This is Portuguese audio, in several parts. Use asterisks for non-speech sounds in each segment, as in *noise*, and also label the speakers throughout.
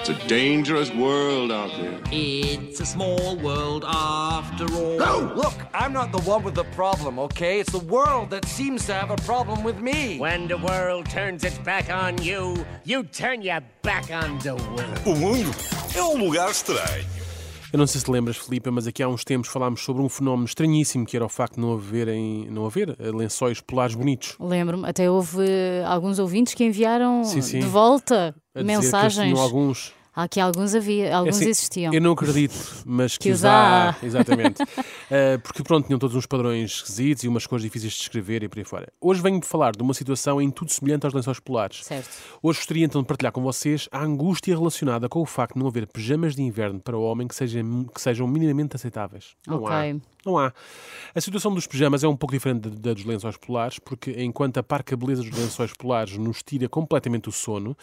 Speaker 1: It's a dangerous world out there.
Speaker 2: It's a small world after all.
Speaker 3: Look, I'm not the one with the problem, okay? It's the world that seems to have a problem with me.
Speaker 4: When the world turns its back on you, you turn your back on the world.
Speaker 5: O mundo é um lugar estranho.
Speaker 6: Eu não sei se lembras, Filipe, mas aqui há uns tempos falámos sobre um fenómeno estranhíssimo que era o facto de não haverem, não haver eh, lençóis polares bonitos.
Speaker 7: Lembro-me, até houve eh, alguns ouvintes que enviaram
Speaker 6: Sim, sim.
Speaker 7: de volta
Speaker 6: A dizer que eles
Speaker 7: mensagens.
Speaker 6: tinham alguns.
Speaker 7: Aqui alguns havia, alguns
Speaker 6: É assim,
Speaker 7: existiam.
Speaker 6: Eu não acredito, mas
Speaker 7: *laughs*
Speaker 6: que,
Speaker 7: Que
Speaker 6: os
Speaker 7: os
Speaker 6: há.
Speaker 7: há.
Speaker 6: Exatamente. *laughs* Eh, porque pronto, tinham todos uns padrões esquisitos e umas cores difíceis de descrever e por aí fora. Hoje venho-me falar de uma situação em tudo semelhante aos lençóis polares.
Speaker 7: Certo.
Speaker 6: Hoje gostaria então de partilhar com vocês a angústia relacionada com o facto de não haver pijamas de inverno para o homem que, seja, que sejam minimamente aceitáveis. Não há.
Speaker 7: Ok.
Speaker 6: Não há. A situação dos pijamas é um pouco diferente da dos lençóis polares, porque enquanto a parca beleza dos lençóis polares nos tira completamente o sono,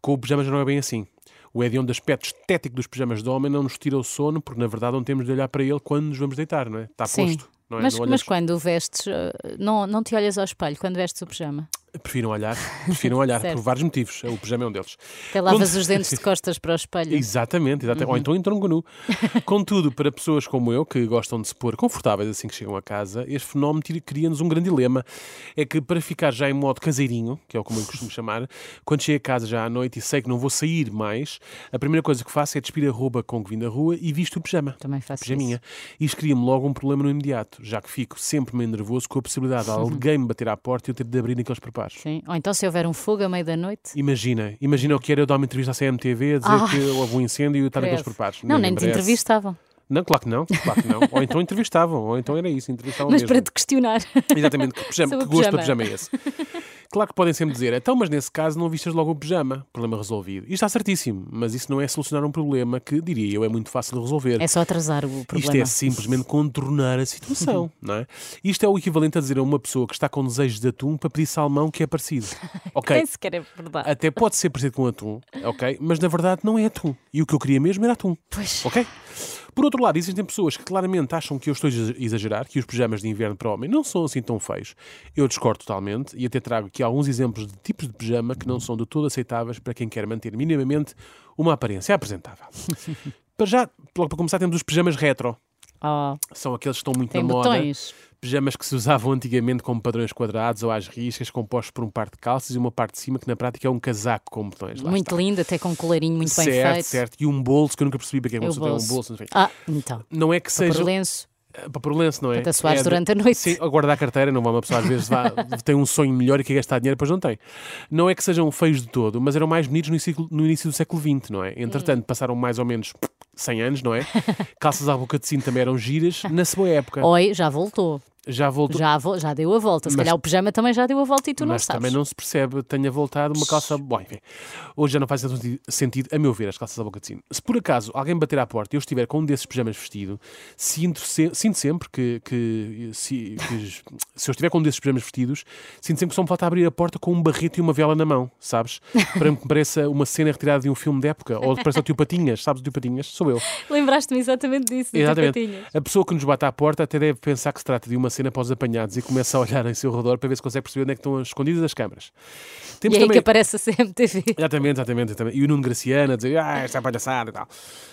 Speaker 6: com o pijama já não é bem assim. O hediondo aspecto estético dos pijamas de homem não nos tira o sono, porque na verdade não temos de olhar para ele quando nos vamos deitar, não é? Está
Speaker 7: Sim.
Speaker 6: posto. Não é?
Speaker 7: Mas,
Speaker 6: não
Speaker 7: mas
Speaker 6: olhamos.
Speaker 7: quando vestes, eh, não, não te olhas ao espelho quando vestes o pijama.
Speaker 6: Prefiram olhar,
Speaker 7: *laughs*
Speaker 6: prefiram olhar,
Speaker 7: Certo.
Speaker 6: por vários motivos. O pijama é um deles.
Speaker 7: Até lavas
Speaker 6: Quando-
Speaker 7: os dentes
Speaker 6: *laughs*
Speaker 7: de costas para o espelho.
Speaker 6: Exatamente, exatamente. ou então em tronco nu. Contudo, para pessoas como eu, que gostam de se pôr confortáveis assim que chegam a casa, este fenómeno tira- cria-nos um grande dilema. É que para ficar já em modo caseirinho, que é o como eu costumo chamar, quando chego a casa já à noite e sei que não vou sair mais, a primeira coisa que faço é despir a roupa com que vim da rua e visto o pijama.
Speaker 7: Também é faço
Speaker 6: Pijaminha. Isto cria-me logo um problema no imediato, já que fico sempre meio nervoso com a possibilidade de alguém me bater à porta e eu ter de abrir naqueles preparos.
Speaker 7: Sim. Ou então se houver um fogo à meia da noite.
Speaker 6: Imagina, imagina o que era eu dar uma entrevista à CMTV a dizer
Speaker 7: Ah.
Speaker 6: que houve um incêndio e eu estar naqueles
Speaker 7: credo.
Speaker 6: preparos.
Speaker 7: Não, nem te
Speaker 6: merece.
Speaker 7: entrevistavam.
Speaker 6: Não, claro que não, claro que não. ou então entrevistavam, ou então era isso, entrevistavam
Speaker 7: Mas
Speaker 6: mesmo.
Speaker 7: para te
Speaker 6: *laughs*
Speaker 7: questionar.
Speaker 6: Exatamente, que,
Speaker 7: *laughs*
Speaker 6: pijama,
Speaker 7: Sobre
Speaker 6: que
Speaker 7: o
Speaker 6: gosto de pijama
Speaker 7: pijama.
Speaker 6: é esse? Claro que podem sempre dizer, então, mas nesse caso não vistas logo o pijama, problema resolvido. E está certíssimo, mas isso não é solucionar um problema que, diria eu, é muito fácil de resolver.
Speaker 7: É só atrasar o
Speaker 6: Isto
Speaker 7: problema.
Speaker 6: é simplesmente contornar a
Speaker 7: *laughs*
Speaker 6: situação, não é? Isto é o equivalente a dizer a uma pessoa que está com desejos de atum para pedir salmão que é
Speaker 7: *laughs*
Speaker 6: parecido. Ok,
Speaker 7: Nem sequer é verdade.
Speaker 6: até pode ser parecido com atum, ok? Mas na verdade não é atum. E o que eu queria mesmo era atum,
Speaker 7: Pois.
Speaker 6: ok? Por outro lado, existem pessoas que claramente acham que eu estou a exagerar, que os pijamas de inverno para homem não são assim tão feios. Eu discordo totalmente e até trago aqui alguns exemplos de tipos de pijama que não são de todo aceitáveis para quem quer manter minimamente uma aparência
Speaker 7: *laughs*
Speaker 6: apresentável. para já, logo para começar, temos os pijamas retro.
Speaker 7: Oh,
Speaker 6: São aqueles que estão muito
Speaker 7: tem
Speaker 6: na moda
Speaker 7: botões.
Speaker 6: pijamas que se usavam antigamente como padrões quadrados ou às riscas, compostos por um par de calças e uma parte de cima, que na prática é um casaco com botões. Lá
Speaker 7: Muito
Speaker 6: está.
Speaker 7: lindo, até com um colarinho muito
Speaker 6: certo,
Speaker 7: bem feito.
Speaker 6: certo. E um bolso que eu nunca percebi porque é que
Speaker 7: É
Speaker 6: uma
Speaker 7: o
Speaker 6: pessoa tem um
Speaker 7: bolso.
Speaker 6: bolso. Não, sei.
Speaker 7: Ah, então.
Speaker 6: Não é que
Speaker 7: Para
Speaker 6: seja.
Speaker 7: lenço.
Speaker 6: Para lenço, não é?
Speaker 7: Para suares
Speaker 6: É de-
Speaker 7: durante a noite.
Speaker 6: Sim, a guardar a carteira, não vá uma pessoa às vezes
Speaker 7: *laughs*
Speaker 6: vá, tem um sonho melhor e quer gastar dinheiro, depois não tem. Não é que sejam feios de todo, mas eram mais bonitos no, ciclo- no início do século XX, não é? Entretanto, passaram mais ou menos 100 anos,
Speaker 7: *laughs*
Speaker 6: não é? Calças à boca de cinto também eram giras, na sua época.
Speaker 7: Oi, já voltou.
Speaker 6: Já voltou.
Speaker 7: Já, vo- já deu a volta. Se
Speaker 6: Mas-
Speaker 7: calhar o pijama também já deu a volta e tu não
Speaker 6: mas
Speaker 7: sabes.
Speaker 6: também não se percebe, tenha voltado uma calça. Bom, enfim, hoje já não faz tanto senti- sentido, a meu ver, as calças à boca de sino. Se por acaso alguém bater à porta e eu estiver com um desses pijamas vestido, sinto, se- sinto sempre que, que, se, que- se eu estiver com um desses pijamas vestidos, sinto sempre que só me falta abrir a porta com um barreto e uma vela na mão, sabes? Para que me pareça uma cena retirada de um filme de época, ou parece o tio Patinhas, sabes o tio Patinhas? Sou eu.
Speaker 7: Lembraste-me exatamente disso, do
Speaker 6: Exatamente.
Speaker 7: Patinhas.
Speaker 6: A pessoa que nos bate à porta até deve pensar que se trata de uma cena para os apanhados e começa a olhar em seu redor para ver se consegue perceber onde é que estão escondidas as câmaras.
Speaker 7: E
Speaker 6: Temos
Speaker 7: é aí que aparece a CMTV.
Speaker 6: Exatamente, exatamente, exatamente. E o Nuno Graciano a dizer, ah, esta é palhaçada e tal.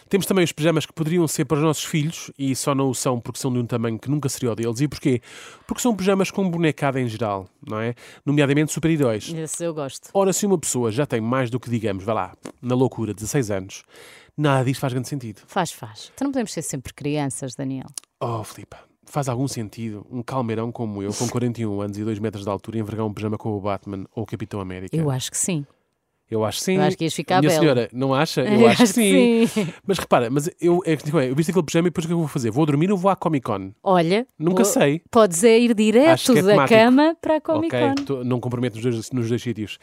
Speaker 6: Temos também os pijamas que poderiam ser para os nossos filhos e só não o são porque são de um tamanho que nunca seria o deles. E porquê? Porque são pijamas com bonecada em geral, não é? Nomeadamente super-heróis.
Speaker 7: Esse eu gosto.
Speaker 6: Ora, se uma pessoa já tem mais do que, digamos, vai lá, na loucura, 16 anos, nada disto faz grande sentido.
Speaker 7: Faz, faz. Então não podemos ser sempre crianças, Daniel.
Speaker 6: Oh, Filipe, faz algum sentido um calmeirão como eu,
Speaker 7: *laughs*
Speaker 6: com 41 anos e 2 metros de altura, envergar um pijama com o Batman ou o Capitão América?
Speaker 7: Eu acho que sim.
Speaker 6: Eu acho sim.
Speaker 7: Eu acho que ias ficar
Speaker 6: Minha
Speaker 7: belo.
Speaker 6: senhora, não
Speaker 7: *laughs*
Speaker 6: acha? Eu acho que sim. *laughs* Mas repara, mas eu, é, que digo, é, eu visto aquele pijama e depois o que é que eu vou fazer? Vou dormir ou vou à Comic Con?
Speaker 7: Olha,
Speaker 6: Nunca
Speaker 7: o-
Speaker 6: sei.
Speaker 7: podes é ir
Speaker 6: Acho
Speaker 7: direto
Speaker 6: que é
Speaker 7: da
Speaker 6: temático.
Speaker 7: cama para a Comic
Speaker 6: Ok,
Speaker 7: Con.
Speaker 6: tô- não comprometo nos dois, nos dois sítios.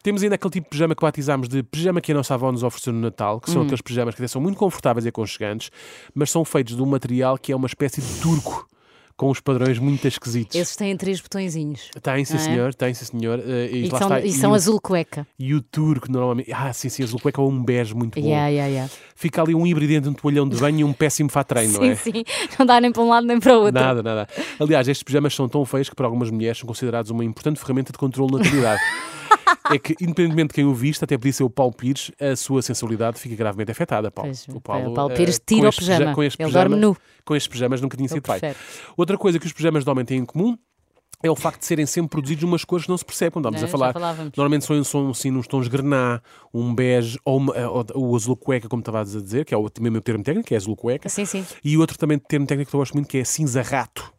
Speaker 6: Temos ainda aquele tipo de pijama que batizámos de pijama que a nossa avó nos ofereceu no Natal,
Speaker 7: Hum.
Speaker 6: que são aqueles pijamas que até são muito confortáveis e aconchegantes, mas são feitos de um material que é uma espécie de turco, com os padrões muito esquisitos.
Speaker 7: Esses têm três botõezinhos.
Speaker 6: Tem, sim,
Speaker 7: Não é?
Speaker 6: senhor, tem, sim, senhor. Eh, e,
Speaker 7: E,
Speaker 6: lá
Speaker 7: são,
Speaker 6: está.
Speaker 7: e são
Speaker 6: o,
Speaker 7: azul cueca.
Speaker 6: E o turco, normalmente. Ah, sim, sim, azul cueca ou um bege muito bom.
Speaker 7: Yeah, yeah, yeah.
Speaker 6: Fica ali um híbrido entre um toalhão de banho e um péssimo fatreino, não
Speaker 7: sim,
Speaker 6: é?
Speaker 7: sim. Não dá nem para um lado nem para o outro.
Speaker 6: Nada, nada. Aliás, estes pijamas são tão feios que para algumas mulheres são considerados uma importante ferramenta de controle de natalidade. é que, independentemente de quem o viste, até podia ser o Paulo Pires, a sua sensibilidade fica gravemente afetada. Paulo. eh,
Speaker 7: Pois, o Paulo Pires tira
Speaker 6: com
Speaker 7: o
Speaker 6: este peja-
Speaker 7: pijama.
Speaker 6: com este
Speaker 7: Ele dorme
Speaker 6: pijama-
Speaker 7: nu.
Speaker 6: Com estes pijamas nunca tinha sido feito.
Speaker 7: prefere.
Speaker 6: Outra coisa que os pijamas de homem têm em comum é o facto de serem sempre produzidos umas cores que não se percebe quando estamos
Speaker 7: Não,
Speaker 6: a
Speaker 7: É, já
Speaker 6: falar.
Speaker 7: falávamos.
Speaker 6: Normalmente são, são assim, uns tons grená, um bege ou, uma- ou- ou azul cueca, como estavas a dizer, que é o mesmo termo técnico, é azul cueca.
Speaker 7: Sim, sim.
Speaker 6: E outro também termo técnico que eu gosto muito que é cinza rato.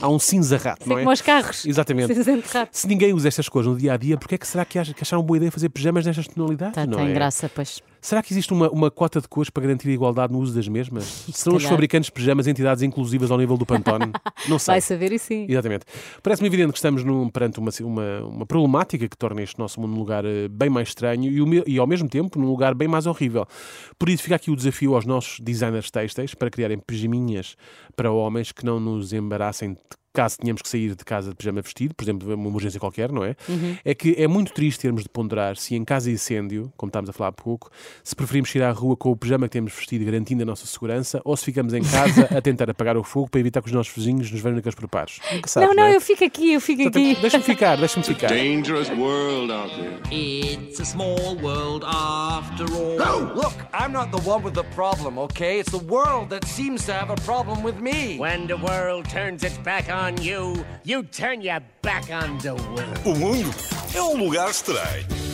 Speaker 6: Há um cinza rato, não é?
Speaker 7: Como aos carros.
Speaker 6: Exatamente.
Speaker 7: Cinzento rato.
Speaker 6: Se ninguém usa estas cores no dia a dia, porque é que será que, ach- que acharam boa ideia fazer pijamas nestas tonalidades?
Speaker 7: Tá,
Speaker 6: não
Speaker 7: tem
Speaker 6: é?
Speaker 7: graça, pois.
Speaker 6: Será que existe uma, uma cota de cores para garantir a igualdade no uso das
Speaker 7: *laughs*
Speaker 6: mesmas? Serão os
Speaker 7: calhar.
Speaker 6: fabricantes de pijamas entidades inclusivas ao nível do
Speaker 7: *laughs*
Speaker 6: Pantone? Não sei.
Speaker 7: Vai saber e sim.
Speaker 6: Exatamente. Parece-me evidente que estamos num- perante uma, uma- uma problemática que torna este nosso mundo um lugar eh, bem mais estranho e, o me- e, ao mesmo tempo, num lugar bem mais horrível. Por isso, fica aqui o desafio aos nossos designers têxteis para criarem pijaminhas para homens que não nos embaraçem de- caso tenhamos que sair de casa de pijama vestido, por exemplo, uma emergência qualquer, não é?
Speaker 7: Uhum.
Speaker 6: É que é muito triste termos de ponderar se em casa de incêndio, como estávamos a falar há pouco, se preferimos ir à rua com o pijama que temos vestido garantindo a nossa segurança ou se ficamos em casa a tentar apagar o fogo para evitar que os nossos vizinhos nos vejam naqueles preparos. Nunca sabes,
Speaker 7: Não, não,
Speaker 6: é?
Speaker 7: eu fico aqui, eu fico aqui.
Speaker 6: Exatamente. Deixa-me ficar, deixa-me ficar.
Speaker 1: Dangerous world out there.
Speaker 2: It's a small world after all.
Speaker 3: Look, I'm not the one with the problem, okay? It's the world that seems to have a problem with me.
Speaker 4: When the world turns its back on you, you turn your back on the world.
Speaker 5: O mundo é um lugar estranho.